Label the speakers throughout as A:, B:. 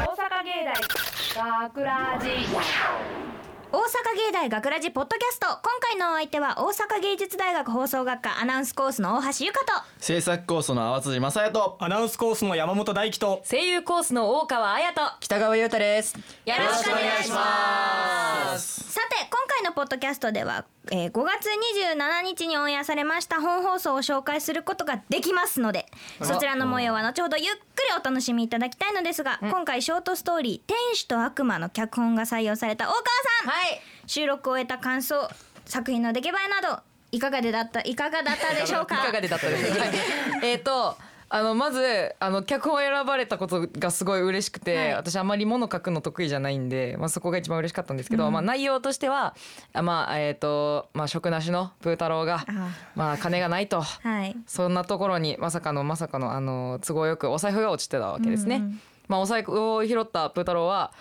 A: 大学ラジ
B: 大阪芸大学ラジポッドキャスト今回のお相手は大阪芸術大学放送学科アナウンスコースの大橋ゆかと
C: 制作コースの淡辻正也と
D: アナウンスコースの山本大輝と
E: 声優コースの大川彩と
F: 北川優太です
E: よろしくお願いします
B: さて今回のポッドキャストでは、えー、5月27日にオンエアされました本放送を紹介することができますのでそちらの模様は後ほどゆっくりお楽しみいただきたいのですが、今回ショートストーリー「天使と悪魔」の脚本が採用された大川さん、
E: はい
B: 収録を終えた感想作品の出来栄えなどいかがでだったいかがだったでしょう
E: い
B: か
E: かがでだったですかはいえっとあのまずあの脚本を選ばれたことがすごい嬉しくて、
B: はい
E: 私あんまりもの書くの得意じゃないんで、まあ、そこが一番嬉しかったんですけど、まあ、内容としてはあまあえっ、と、まあ、食なしのプー太郎が
B: あ
E: まあ金がないと
B: はい
E: そんなところにまさかのまさかのあの都合よくお財布が落ちてたわけですね。まあお財布を拾ったプー太郎は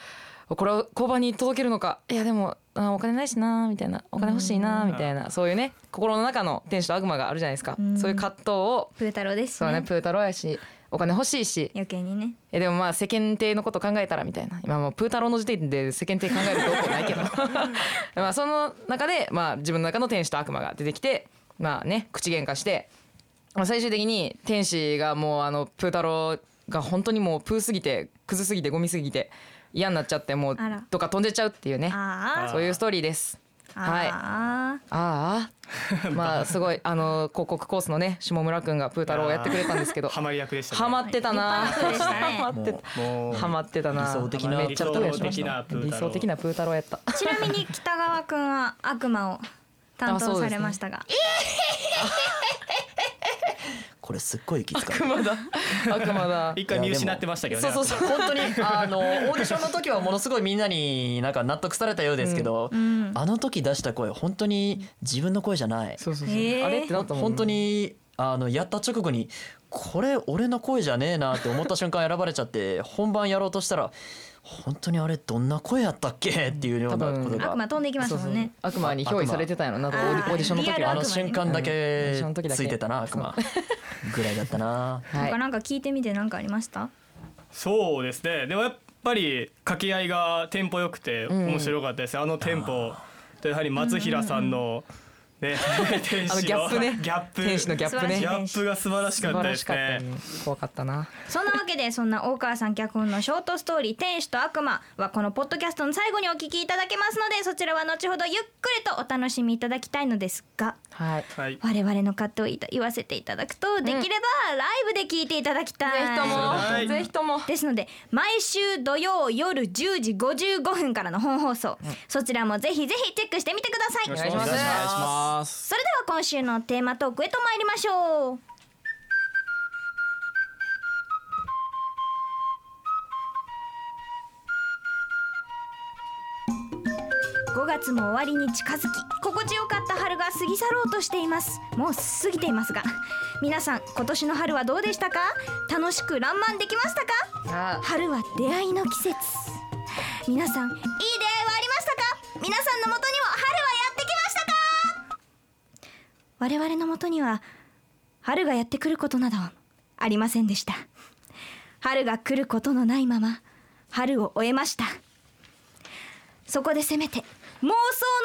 E: これを交番に届けるのかいやでもあお金ないしなみたいなお金欲しいなみたいなそういうね心の中の天使と悪魔があるじゃないですかそういう葛藤を
B: プー太郎です
E: そうねプー太郎やしお金欲しいし
B: 余計にね
E: えでもまあ世間体のこと考えたらみたいな今もうプー太郎の時点で世間体考えるとこないけど まあその中でまあ自分の中の天使と悪魔が出てきてまあね口喧嘩して、まあ、最終的に天使がもうあのプー太郎が本当にもうプーすぎてクズすぎてゴミすぎて嫌になっちゃってもう
B: あら
E: どっか飛んでっちゃうっていうね
B: あ
E: そういうストーリーです。
B: あ
E: はい
B: あ
E: あ あまあすごいあの広告コースのね下村くんがプー太郎をやってくれたんですけど
D: ハマり役でしたね
E: ハマってたな。
B: 立派な役でしたね
E: ハマってた。
D: もう
E: ハマってたな。
F: 理想的な
E: めっちゃプーしました
D: 理想的なプー太郎
E: 理想的なプー太郎やった。
B: あちなみ に北川くんは悪魔を担当されましたが、
F: これすっごい気使う
E: まだ。悪魔だ。
D: 一回見失ってましたけどね
F: そうそうそう本当にあのオーディションの時はものすごいみんなになんか納得されたようですけど、あの時出した声本当に自分の声じゃない
E: そうそう
B: そうへー
E: あれってなったもん。
F: 本当。にあのやった直後にこれ俺の声じゃねえなって思った瞬間選ばれちゃって本番やろうとしたら本当にあれどんな声やったっけっていうようなこと
B: 悪魔
F: が
B: 飛んでいきましたも
E: そうそ
B: ん
E: う
B: ね。
E: 悪魔に憑依されてたんやろなとオーディオーディションの時
B: リア
F: あ
B: ル
F: の
B: 悪魔
F: 瞬間だけ
E: うん
F: ついてたな悪魔ぐらいだったな。
B: なんか
E: はい。
B: なんか聞いてみてなんかありました？
D: そうですねでもやっぱり掛け合いがテンポ良くて面白かったですね、あのテンポとやはり松平さんのね 天
E: あの
D: 使
E: ギャップね。
D: ギャップ
E: 天使のギャップ
B: 素
D: ギ
B: 晴
E: ね
B: ら。
D: ャップが素晴らしかっ
E: 素
D: た
E: 晴
D: で
E: らし
D: す
E: かった
D: ね
E: ね。怖かったな。
B: そんなわけでそんな大川さん脚本のショートストーリー「天使と悪魔」はこのポッドキャストの最後にお聞きいただけますのでそちらは後ほどゆっくりとお楽しみいただきたいのですが
E: はい。
D: はい
B: 我々のカットを言いた言わせていただくとできればライブで聞いていただきた
E: ぜひと
B: い。
D: はい
E: も。ぜひとも。
B: ですので毎週土曜夜10時55分からの本放送、そちらもぜひぜひチェックしてみてください
D: お
E: お
D: 願い
E: 願い
D: しま
E: しますす。
C: ます
B: それでは今週のテーマトークへと参りましょう5月も終わりに近づき心地よかった春が過ぎ去ろうとしていますもう過ぎていますが皆さん今年の春はどうでしたか楽しく爛漫できましたか
E: あ
B: 春は出会いの季節皆さんいい出会いはありましたか皆さんのもとにも春はやってきましたか我々のもとには春がやってくることなどありませんでした春が来ることのないまま春を終えましたそこでせめて妄想の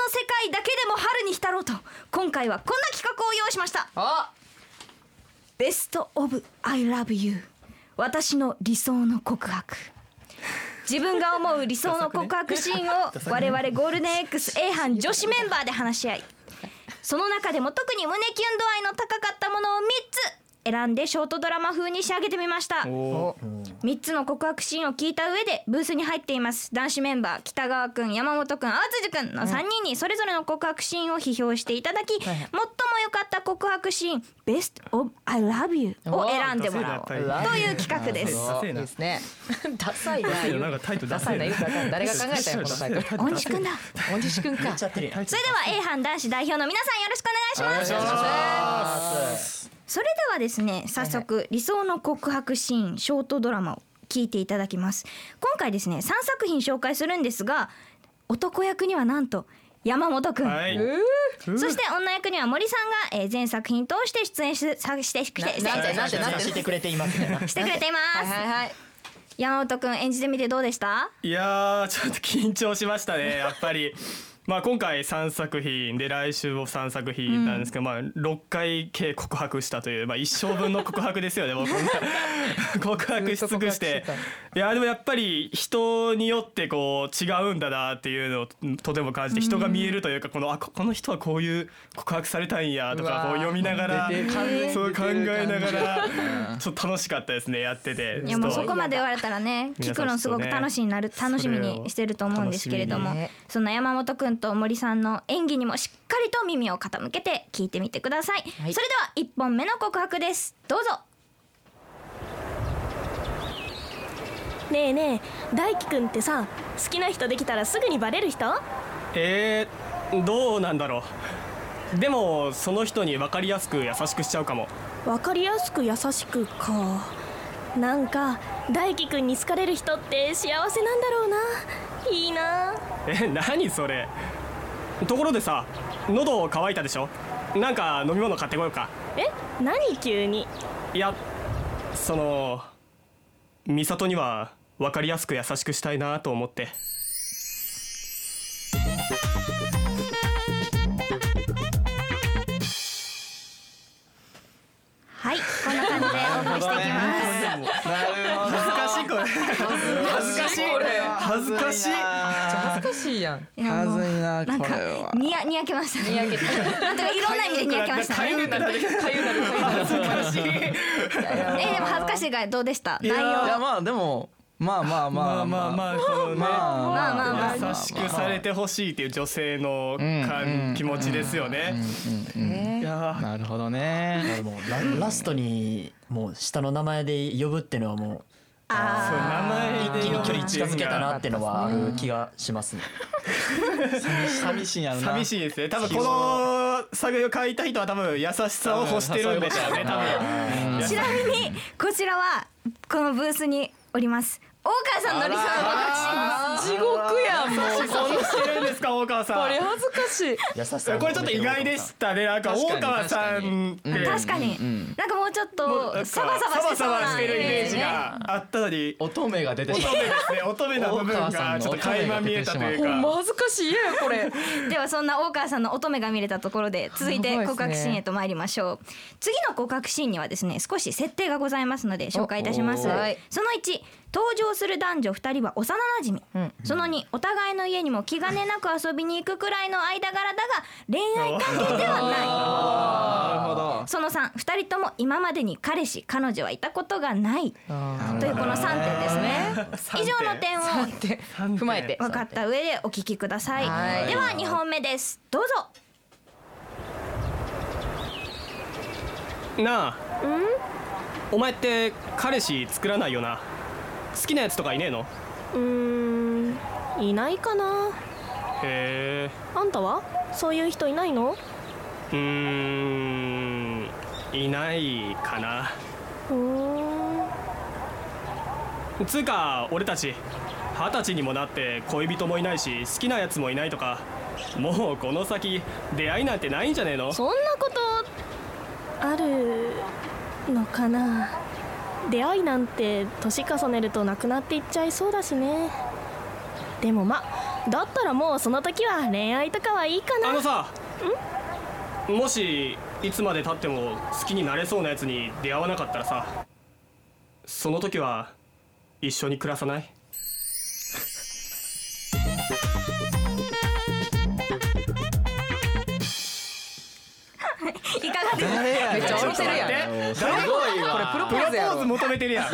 B: 世界だけでも春に浸ろうと今回はこんな企画を用意しました
E: あ。
B: ベストオブ I love you 私の理想の告白自分が思う理想の告白シーンを我々ゴールデン XA 班女子メンバーで話し合いその中でも特に胸キュン度合いの高かったものを3つ選んでショートドラマ風に仕上げてみました
D: お
B: 3つの告白シーンを聞いた上でブースに入っています男子メンバー北川くん山本くん淡辻くんの3人にそれぞれの告白シーンを批評していただき、最も良かった告白シーン「Best of I Love You」を選んでもらおうという企画です
D: ダセえ
E: いい
D: な
E: ですね。ダサいな。
D: サいななんかタイトル
E: ダ
D: ダサ
E: サ
D: い
E: い
D: な
E: な。言うたらあか ん誰が考えたんやこのサイトル。
B: 大西くんだ
E: おじ しくんか。
B: それでは A 班男子代表の皆さんよろしくお願いしますそれではですね早速理想の告白シーンショートドラマを聞いていただきます今回ですね3作品紹介するんですが男役にはなんと山本くん、
D: はい
B: そして女役には森さんが、えー、全作品通して出演しさしてしてして
E: ななんてなんてなんて
F: してくれていますね。
B: してくれています、
E: はいはいはい。
B: 山本くん演じてみてどうでした
D: いやーちょっと緊張しましたねやっぱりまあ今回3作品で来週も3作品なんですけど、まあ6回計告白したという、まあ、一生分の告白ですよね僕も告白し尽くして
E: ずっと告白して
D: いやでもやっぱり人によってこう違うんだなっていうのをとても感じて人が見えるというかこのあここの人はこういう告白されたんやと
E: うわ
D: か
E: ー
D: こう読みながら
E: 出てる完全に
D: そう考えなが
C: う
D: ら
C: ん
D: ちょっと楽しかったですねやってて。
B: いやもう
D: ちょっ
B: そ
D: と
B: こまで言われたらね
D: 皆
B: 聞
D: さ
B: く
D: ん
B: のすごく
D: そうね
B: 楽しみになる楽しみにしてると思うんですけれども
E: それを楽しみ
B: その山本くんと森さんの演技にもしっかりと耳を傾けて聞いてみてください、
E: はい
B: それでは1本目の告白ですどうぞ
G: ねえねえ大輝くんってさ好きな人できたらすぐにバレる人
D: えー、どうなんだろうでもその人に分かりやすく優しくしちゃうかも
G: わかりやすく優しくかなんか大輝くんに好かれる人って幸せなんだろうないいな
D: え何それところでさ喉乾いたでしょなんか飲み物買ってこようか
G: え何急に
D: いやその美里には分かりやすく優しくしたいなと思って
B: はいこんな感じでお送りしていきます
C: なるほど
D: 恥ずかしいこれ
C: 恥ずかしいこれ
D: 恥ずかしい
E: 恥ずかしいやん
B: いやもう
C: はずいな
B: なん
C: こ
B: か
C: れは
B: にやにやけましたね。なんとかいろんな意味でにやけましたね。え
E: かゆなる恥ずかしい
B: ーでも恥ずかしいからどうでした？内
D: やー
B: 容
D: い
C: いやまあでもまあまあま
D: ま
C: あ
D: あまあまあこのね、
B: まあまあまあ
D: 優しくされてほしいっていう女性の
C: うんう
D: 感
C: ん
D: 気持ちですよね、
C: うんうん
D: いやー
C: なるほどね
F: でもララストにもう下の名前で呼ぶっていうのはも
D: そう
B: あ
D: 名前で
F: う一気に
D: 呼ぶ
F: 距離
D: っていう
F: 近
D: のが
F: づけたなっていうのはある気がしますね。
C: 寂しいやろな
D: 寂しいですね多分この作品を書いた人は多分優しさを欲してるんでしょうね多分
B: ーちなみにこちらはこのブースにおります。大川さんの理想の私
E: 地獄やんもう
D: そんなしてるんですか大川さ
E: こ
D: ん
E: れ恥ずかしい
F: 優しさを
D: これちょっと意外でしたねなんか
C: 確か
D: 大
C: に
D: 川さんって
B: 確かに、なんかもうちょっ
D: もうな
B: と
D: んか
B: サバサバしてそう
D: サバサバ
B: な
D: してるイメージ
B: ね。
D: があったのに
C: 乙女が出て
D: 乙
C: しま
D: 女ですね乙女な部分
C: 大川さ
D: が
C: んの
D: ちょっと垣間見えたという
E: ほんま
D: か
E: 恥ずかしい嫌やこれ
B: ではそんな大川さんの乙女が見れたところで続いて
E: やばいっすね
B: 告白シーンへと参りましょう、次の告白シーンにはですね少し設定がございますので紹介いたします
E: お
B: その
E: はい
B: 1登場する男女2人は幼なじみ、
E: ん
B: その2お互いの家にも気兼ねなく遊びに行くくらいの間柄だが恋愛関係ではないその32人とも今までに彼氏彼女はいたことがないというこの3点ですね以上の点を
E: って踏まえて
B: 分かった上でお聞きくださ
E: はい
B: いでは2本目ですどうぞ
D: なあお前って彼氏作らないよな好きなやつとかいねえの
G: うーんいないかな
D: へえ
G: あんたはそういう人いないの
D: うーんいないかな
G: うーん
D: つうか俺たち二十歳にもなって恋人もいないし好きなやつもいないとかもうこの先出会いなんてないんじゃねえの
G: そんなことあるのかな出会いなんて年重ねるとなくなっていっちゃいそうだしねでもまだったらもうその時は恋愛とかはいいか
D: あの
G: な
D: さもしいつまでたっても好きになれそうなやつに出会わなかったらさその時は一緒に暮らさない
B: いかがですか
C: 誰やねん
E: めっちゃ降りてるやん
C: すごいわ
E: これプロポ
D: プロ
E: ーズ
D: ポ
E: や
D: ーズ
E: ろ
D: 求めてるやん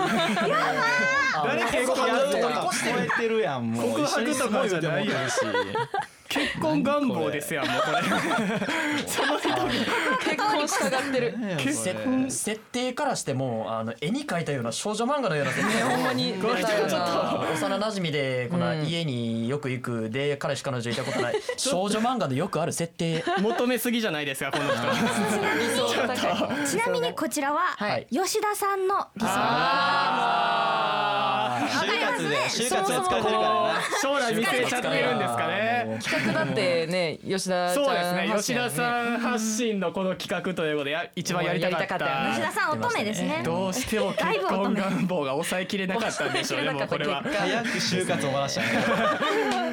D: 誰結婚や
C: や
D: ると
C: と
D: か
C: 超えてるやんもう
D: 告白とかじゃないや
C: 一緒
D: ん
C: に住んでも
D: 結婚願望ですやんもうこれその人
E: 結婚したがってる
C: いいし
F: せ設定からしてもうあの絵に描いたような少女漫画のような設定
E: ほんまに出たよな
F: 幼馴染みでこの家によく行くで彼氏彼女いたことない少女漫画のよくある設定
D: 求めすぎじゃないですかこの人
E: 高い
B: ちなみにこちらは
E: はい
B: 吉田さんの理想
E: あ
B: わかりま
C: 活で就活で疲れてるからな
D: 将来見据えちゃってるんですかね。
E: 企画だってね吉田ちゃん
D: そうですね。
E: 発
D: 吉
E: 信や
D: 田さん発信のこの企画ということでや一番やりたかっ
E: やり
D: た。
E: た
B: 吉田さん乙女ですね
D: どうしても結婚願望が抑えきれなかったんでしょうね。
E: 抑
D: もうこ
E: えきれ
D: れ
E: なかっ
D: は
E: た。
C: 早く就活終わらしたいね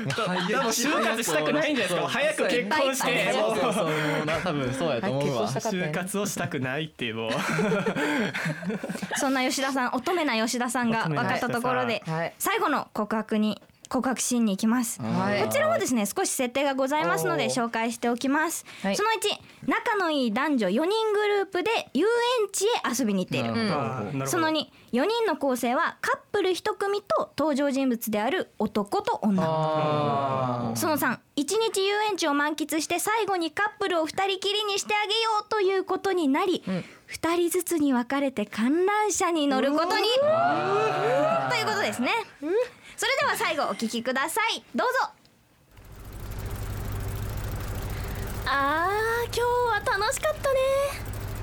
D: でも就活したくないんじゃないですか。早く結婚して
E: そう
D: もう
C: そうもうな多分そうやと
E: はい
C: 思
E: 結
C: う
E: 婚
C: わ
E: したかったよ
D: 就
E: ね
D: 活をしたくないっていうもう。
B: そんな吉田さん乙女な吉田さんが分かったところで、
E: 乙女な吉田さんはい
B: 最後の告白に告白シーンに行きます、
E: はい
B: こちらもですね少し設定がございますので
E: おー
B: 紹介しておきます、
E: はい
B: その1仲のいい男女4人グループで遊園地へ遊びに行っている、
E: ん
D: あーなるほど
B: その24人の構成はカップル1組と登場人物である男と女
E: あ
B: その31日遊園地を満喫して最後にカップルを2人きりにしてあげようということになり、2人ずつに分かれて観覧車に乗ることにということですねそれでは最後お聞きくださいどうぞ
G: あー今日は楽しかったね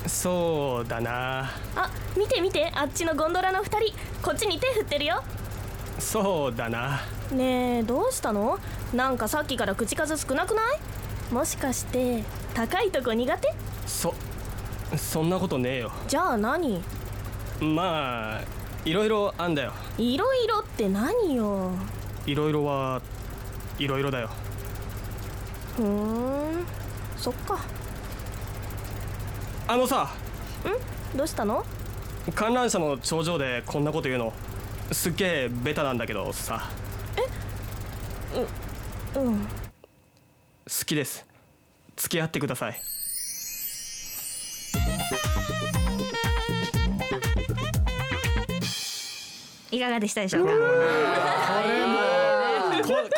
D: そうだな。
G: あ見て見てあっちのゴンドラの2人こっちに手振ってるよ
D: そうだな。
G: ねえどうしたのなんかさっきから口数少なくないもしかして高いとこ苦手
D: そそんなことねえよ。
G: じゃあ何
D: まあいろいろあんだよ。
G: いろいろって何よ
D: いろいろはいろいろだよ。
G: ふーんそっか
D: あのさ
G: どうしたの
D: 観覧車の頂上でこんなこと言うのすっげえベタなんだけどさ
G: うん
D: 好きです付き合ってください
B: いかがでしたでしょうか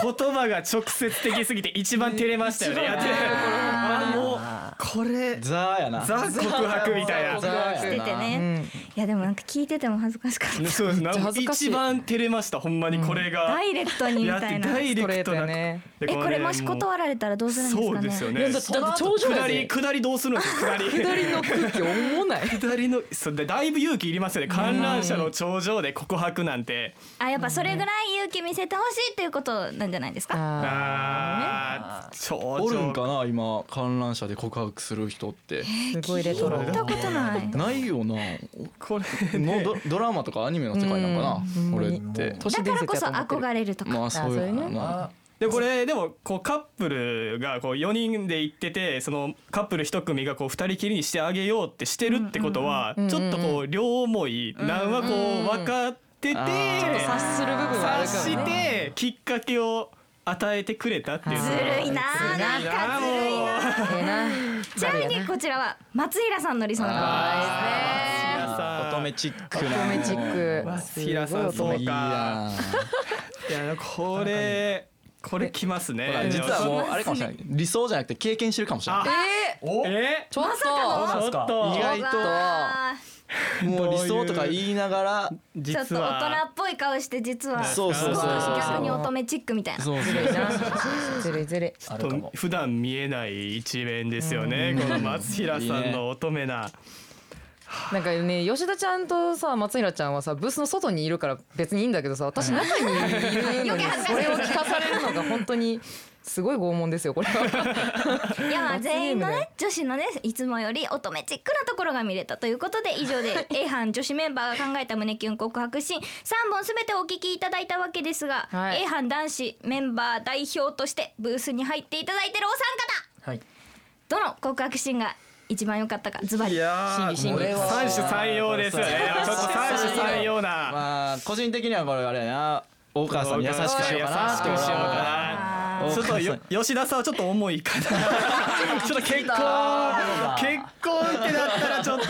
D: こ言葉が直接的すぎて一番照れましたよねやってあもうこれ
C: ザーやな
D: ザ告白みたい
C: ザ
D: な
C: ー
B: 出
C: や
B: て
C: な
B: ね、いやでもなんか聞いてても恥ずかしかった
D: そうですな
E: っちゃ恥ずかしい
D: 一番照れましたほんまにこれが、
B: ダイレクトにみ
D: やって
B: たいな
D: ダイ
E: ストレ
D: レク
E: ート
D: ト
E: や
D: な
E: ね
D: で
B: えこれもし
D: こ
B: 断られたらどうするんですかね
D: そうですよね
E: だってだって頂上
D: 下
E: やで
D: り下りどうするんですか下り
E: 下りの空気思わない
D: 下りのそうだだいぶ勇気いりますよね観覧車の頂上で告白なんて
B: あやっぱそれぐらい勇気見せてほしいっていうことなんじゃないですか
E: あ
D: あー頂上
C: おるんかな今観覧車で告白する人って
E: ーすごいレトロ
B: 聞いたことない
C: ないよな
D: これ
C: のドドラマとかアニメの世界なんかな
E: うん
C: これって
E: 都市
B: だか
E: 伝
B: らこ
E: 説
B: そ
E: やと思ってる
B: 憧れるとか、
C: まあそういうの
E: あ
C: か
E: そういう
C: な
D: でこれでもこうカップルがこう4人で行っててそのカップル1組がこう2人きりにしてあげようってしてるってことは
E: うんうん
D: ちょっとこう両思いなんはこう分かってて
C: あーちょっと
E: 察する部分はある
D: 察
E: か
D: し
E: ら
D: て
E: ね
D: きっかけを与えてくれたっていう
B: ずるいな
E: ずるいな
B: なんかずるいな
E: ええな
B: ちなみにこちらは松平さんの理想の
E: あ
D: さ
C: 乙女チック
E: 乙
C: な
E: 女チック
D: すごい乙女平さんそう
C: いい
D: か
C: やん
D: いやこれこれきます
C: ほら
D: ね
C: 実はもうあれかもしれない理想じゃなくて経験してるかもしれない
E: えー
D: うえ
E: ちょっと
D: ちょっ
F: か
D: と
C: 意
B: 方
C: 外
B: が
C: ともう理想とか言いながら
B: ちょっ
D: 実
B: と大人
D: は
B: っぽい顔して実は
C: そうそうそうそう
B: 逆に乙女チックみたいな
C: そうそう
E: ずるいなずるいずるい
F: あるかも
D: 普段見えない一面ですよね、この松平さんの乙女な、
E: なんかね吉田ちゃんとさ松平ちゃんはさブースの外にいるから別にいいんだけどさ私中にいるのにそれを聞かされるのが本当にすごい拷問ですよこれは。
B: いやまあ
E: 罰ゲ
B: 全
E: ームだよ
B: 員のね女子のねいつもより乙女チックなところが見れたということ で以上で A 班女子メンバーが考えた胸キュン告白シーン3本すべてお聞きいただいたわけですが、
E: はい
B: A 班男子メンバー代表としてブースに入っていただいてるお
F: は
B: 三
F: い
B: 方どの告白シーンが一番良かったかズバ
D: い
B: リ
D: やー
E: 審議審議
D: これは三種三様ですよねちょっと三種三様な
C: まあ個人的にはこれあれやな大川さんに優しくしようかなって
D: 優
C: 思う
D: しくしようかなちょっとよ吉田さんはちょっと重いかなちょっと結婚結婚ってなったらちょっと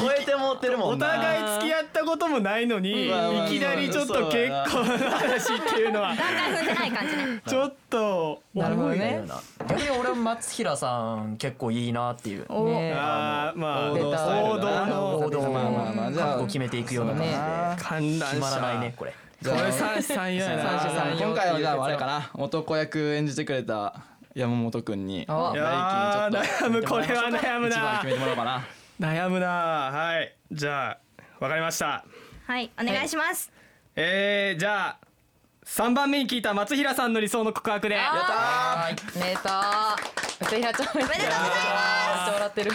F: 超えてもってるも
D: お
F: んな
D: 互い付き合ったこともないのにい
C: まあまあまあ
D: きなりちょっと結婚の話っていうのは
B: 段階踏んでない感じね
D: ちょっと
E: なるほどね。
F: 逆に俺は松平さん結構いいなっていう
B: お
E: ね
D: あーまあ
C: 王道スタイル
D: 王
C: だ
D: 道
C: な
D: の
F: 王道
C: まあまあまあじ
F: 覚
C: ゃあ
F: 悟決めていくような感じで
E: そう
D: 観覧車
F: 決まらないねこれ
C: じゃあ
D: これ三種三 様やな
E: 三種三様
C: 今回はじゃああれかな男役演じてくれた山本くんに
E: あ
D: いやー悩むこれは悩む
C: 一番
D: な
C: 決めてもらおうかな
D: 悩むなはいじゃあわかりました
B: はいお願いします、
D: えー、じゃあ3番目に聞いた松平さんの理想の告白で
E: あー寝たーぜひやっちゃおめでとうございます笑ってる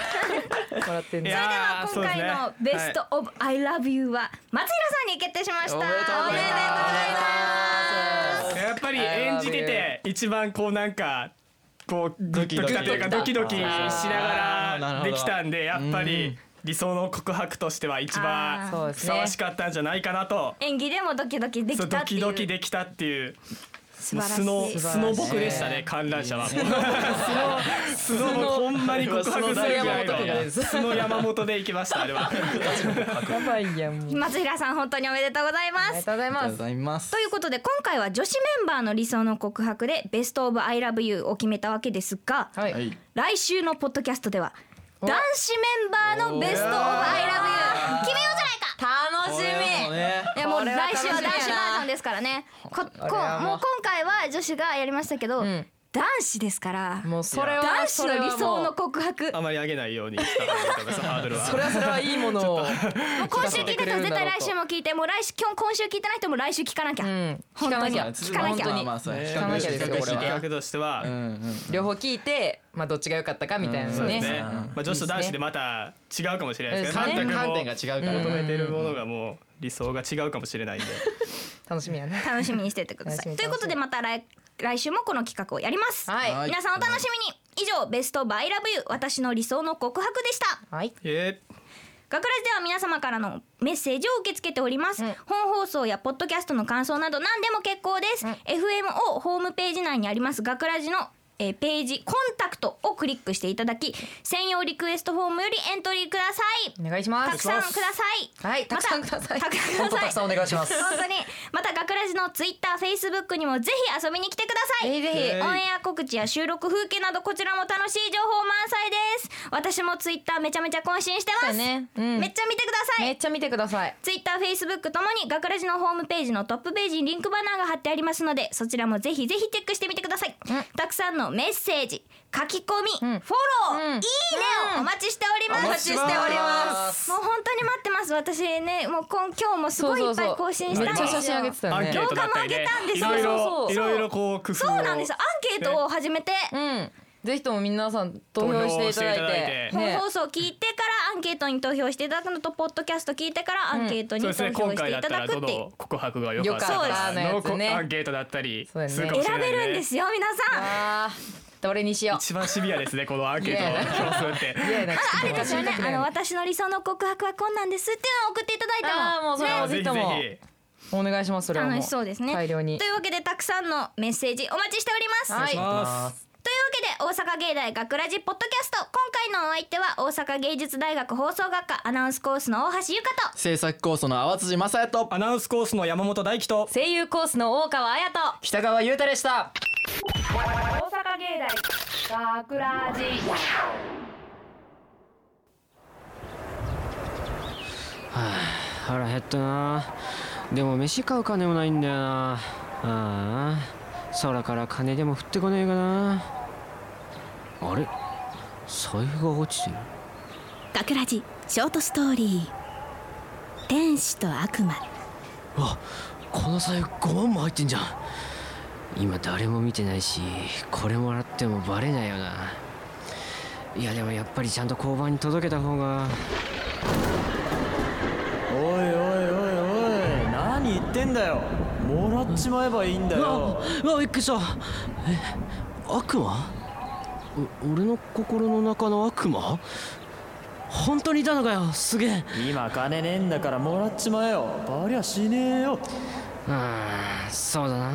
E: 笑ってん
D: い
E: ね
D: や
B: それでは今回の「ベスト・オブ・アイ・ラブ・ユー」は松平さんに決定しました
E: おめでとうございま
B: おめでとうございま
E: す
B: す
D: やっぱり演じてて一番こうなんかこうグッときたというかド
E: ド
D: キ
E: キ
D: ド
E: ド
D: キ
E: キ
D: しながらできたんでやっぱり理想の告白としては一
B: あー
E: そう
D: 番
E: です
D: ふ
E: ね
D: さわしかったんじゃないかなと
B: 演技でもドキドキで
D: そ
B: き
D: うド
B: たってい
D: キ
B: う
D: ドキできたっていう
B: 素
D: もう素の
B: 晴らしい
D: 素の僕でしたね観覧車は素の素のほんまに告白するぐらい
E: 素の山本みたい
D: の
E: です
D: 素の山本で行きましたあれは
E: やばいやんもう
B: 松平さん本当におめでとうござい
E: あ
B: ま
E: りが
B: す
E: とうござい
C: ありがと
E: ま
C: うご
E: す
C: ざいます
B: ということで今回は女子メンバーの理想の告白でベストオブアイラブユーを決めたわけですが、
E: は
C: はいい
B: 来週のポッドキャストでは男子メンバーのベストオブアイラブユー決めようじゃないか
E: 楽し
C: もうね
B: いやもう
E: これは
B: 来週は男子バ
E: 楽しみやな
B: ージョンですからねここもう
E: あれはもう
B: 今回は女子がやりましたけど、
E: ん
B: 男子ですから
E: みもうそれは
B: 男子
E: そ
B: の
E: れは
B: 理
E: もう
B: 想の告白
D: あまり上げないようにした方がいいかなそのハードルは
E: それはそれはいいものを
B: もう今週聞いた人は絶対来週も聞いてもう来週今今週聞いてない人も来週聞かなきゃ、
E: うん
B: 本
E: 聞
B: 当
E: か
B: に
E: なきゃ
B: 聞かなきゃ
C: まあまあまあそう
D: ね
C: 比
E: 聞かな
C: 較
E: きゃ
C: し
E: です
C: て
E: よ
D: 企
E: これは
D: 画としては、
C: うんうん
E: 両方聞いてまあどっちが良かったかみたいな
D: そうですね
E: ね
D: まあ、女子と男子でまた違うかもしれないですけど
E: そうです
D: 観
E: ね
C: 観点
D: 点が
C: が
D: 違
C: 違
D: う
C: うから
D: 求めてるものがもう理想が違うかもしれないんで、
E: 楽しみやね
B: 楽しみにしててくだ
E: 楽
B: さ
E: し
B: い
E: み
B: ということでまた来来週もこの企画をやります、
E: はい
C: はい
B: 皆さんお楽しみに以上ベストバイラブユー私の理想の告白でした
E: はい
D: え
B: 学ラジでは皆様からのメッセージを受け付けております、
E: うん
B: 本放送やポッドキャストの感想など何でも結構です、FMO ホームページ内にあります学ラジのえーページコンタクトをクリックしていただき専用リクエストフォームよりエントリーください
E: お願いしま
B: た
E: す
B: くさんください
E: はいたくさんください
B: またたくさんください
F: 本当たくさんお願いします
B: 本当にまた学ラジのツイッターフェイスブックにもぜひ遊びに来てください
E: ぜひぜ
D: ひ
B: オンエア告知や収録風景などこちらも楽しい情報満載です私もツイッターめちゃめちゃ更新してます、
E: そうねうん
B: めっちゃ見てくださ
E: め
B: い
E: っちゃ見てください
B: ツイッター、フェイスブックともに学ラジのホームページのトップページにリンクバナーが貼ってありますのでそちらもぜひぜひチェックしてみてください、たくさんのメッセージ書き込み、フォロー、
E: うん
B: いいねをお待ちしております、
E: お待ちしております
B: もう本当に待ってます私ねもう今今日もす
E: そ
B: ご
E: う
B: い
E: そ
B: いっ
E: う
B: ぱい
E: そう
B: 更新し
E: め
B: た
E: っ
B: ん
E: ちゃ
B: ですよ
E: 写真上げて
D: ー、
E: た
D: アン
E: よ
D: ケ
E: ね
D: ートだった
B: 動
D: り
B: 画
D: ね
B: も上げたんです
D: いろいろ
E: そうそうそう
D: いろいろこう工夫を
B: そうなんですよアンケートを始めて、
E: うんぜひとも皆さん投票していただ
D: 投票していた
E: い
D: だいて
E: て
B: 本
E: ね
B: 放送を聞いてからアンケートに投票していただくのとポッドキャスト聞いてからアンケートに
D: そう
B: 投
D: で
B: 票し
D: す
B: て
D: ね
B: いた
D: 今回だった
B: だ
D: ら
B: くって
D: ど
B: いう、
D: の告白が良かった
B: 良かった
D: か
B: の
E: や
D: の
E: つ
D: こ
E: ね
D: アンケートだったり
E: そうだね
D: するかもし
B: 選
D: れない
B: べるん
D: ね
B: ですよ皆さん
E: あーどれにしよう
D: 一番シビアですねこのアンケー
E: ね
D: トの票数って
E: いやいや
B: あれですよね
E: ち
B: あ
E: ょっと待って
B: の私の理想の告白はこんなんですっていうのを送っていただいても
E: あーもうそれはぜひともお願いしますそれはも
B: 楽しそうですね
E: 大量に
B: というわけでたくさんのメッセージお待ちしております、
E: はい
B: というわ
D: あ
B: けで大阪芸大学ラジポッドキャスト今回のお相手は大阪芸術大学放送学科アナウンスコースの大橋ゆかと
C: 制作構想の淡辻正也と
D: アナウンスコースの山本大輝と
E: 声優コースの大川彩と
F: 北川優太でした
A: 大阪芸大学ラジ
H: 腹減ったなでも飯買う金もないんだよなああ空から金でも降ってこねえかなあれ財布が落ちてる
I: 学ラジショートストーリー天使と悪魔
H: あこの財布5万も入ってんじゃん今誰も見てないしこれもらってもバレないよないやでもやっぱりちゃんと交番に届けた方が
F: おいおいおいおい何言ってんだよもらっちまえばいいんだよ
H: うわびっくりしたえ悪魔お俺の心の中の悪魔本当にいたのかよすげえ
F: 今金ねえんだからもらっちまえよバリゃしねえよ
H: あーそうだな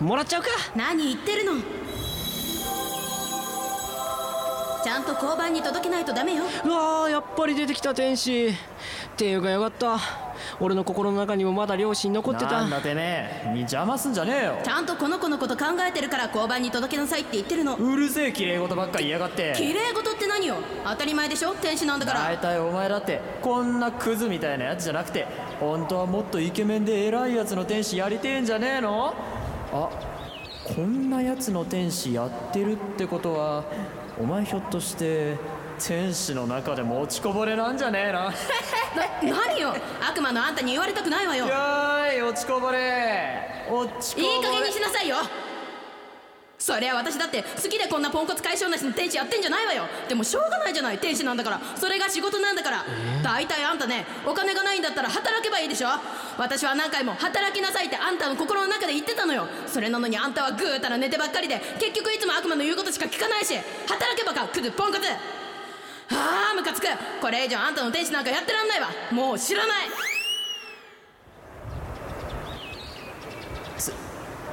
H: もらっちゃうか
I: 何言ってるのちゃんと交番に届けないとダメよ
H: うわーやっぱり出てきた天使っていうかよかった俺の心の中にもまだ両親残って
F: なんだ
H: た
F: てめえに邪魔すんじゃねえよ
I: ちゃんとこの子のこと考えてるから交番に届けなさいって言ってるの
F: うるせえ綺麗事ばっかり言いやがって
I: 綺麗事って何よ当たり前でしょ天使なんだから
F: 大体お前だってこんなクズみたいなやつじゃなくて本当はもっとイケメンで偉いやつの天使やりてえんじゃねえのあこんなやつの天使やってるってことはお前ひょっとして天使の中で も落ちこぼれなんじゃねえな
I: な何よ悪魔のあんたに言われたくないわよ
F: やい落ちこぼれ落ちこぼれ
I: いい加減にしなさいよそりゃ私だって好きでこんなポンコツ解消なしの天使やってんじゃないわよでもしょうがないじゃない天使なんだからそれが仕事なんだから大体あんたねお金がないんだったら働けばいいでしょ私は何回も働きなさいってあんたの心の中で言ってたのよそれなのにあんたはぐうたら寝てばっかりで結局いつも悪魔の言うことしか聞かないし働けばかクズポンコツああムカつくこれ以上あんたの天使なんかやってらんないわもう知らない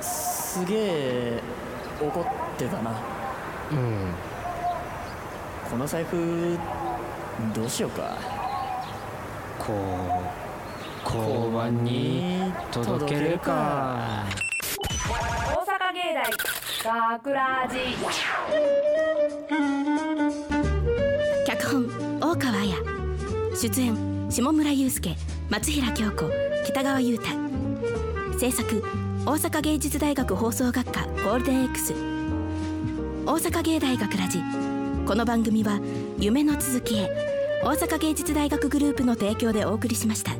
F: すげえ怒ってたなうんこの財布どうしようか
H: こう交番に届けるか
A: 大阪芸大学ラジ
I: 脚本大川彩出演下村祐介松平京子北川優太制作大阪芸術大学放送学科ゴールデン X 大阪芸大学ラジこの番組は「夢の続きへ」大阪芸術大学グループの提供でお送りしました。